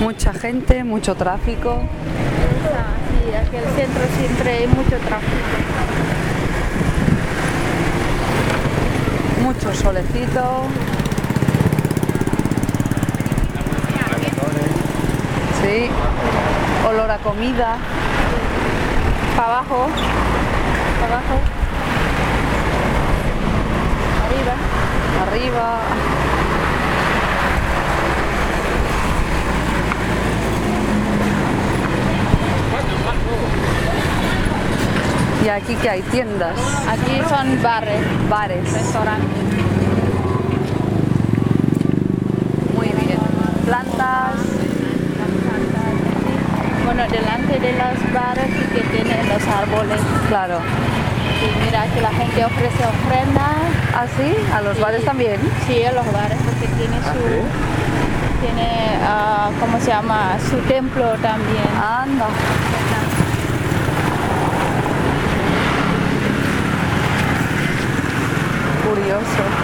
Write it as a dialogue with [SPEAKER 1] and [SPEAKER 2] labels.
[SPEAKER 1] Mucha gente, mucho tráfico.
[SPEAKER 2] Sí, aquí al centro siempre hay mucho tráfico.
[SPEAKER 1] mucho solecito. Sí, olor a comida.
[SPEAKER 2] Para abajo, para abajo. Arriba.
[SPEAKER 1] arriba. Y aquí que hay tiendas,
[SPEAKER 2] Aquí son bares,
[SPEAKER 1] bares.
[SPEAKER 2] restaurantes.
[SPEAKER 1] Muy bien. Plantas.
[SPEAKER 2] Bueno, delante de los bares sí que tienen los árboles.
[SPEAKER 1] Claro.
[SPEAKER 2] Y mira que la gente ofrece ofrendas.
[SPEAKER 1] Así, ¿Ah, a los
[SPEAKER 2] Sí.
[SPEAKER 1] bares también.
[SPEAKER 2] Sí, en los bares porque tiene su... Tiene, ah, ¿cómo se llama? Su templo también.
[SPEAKER 1] Anda. Curioso.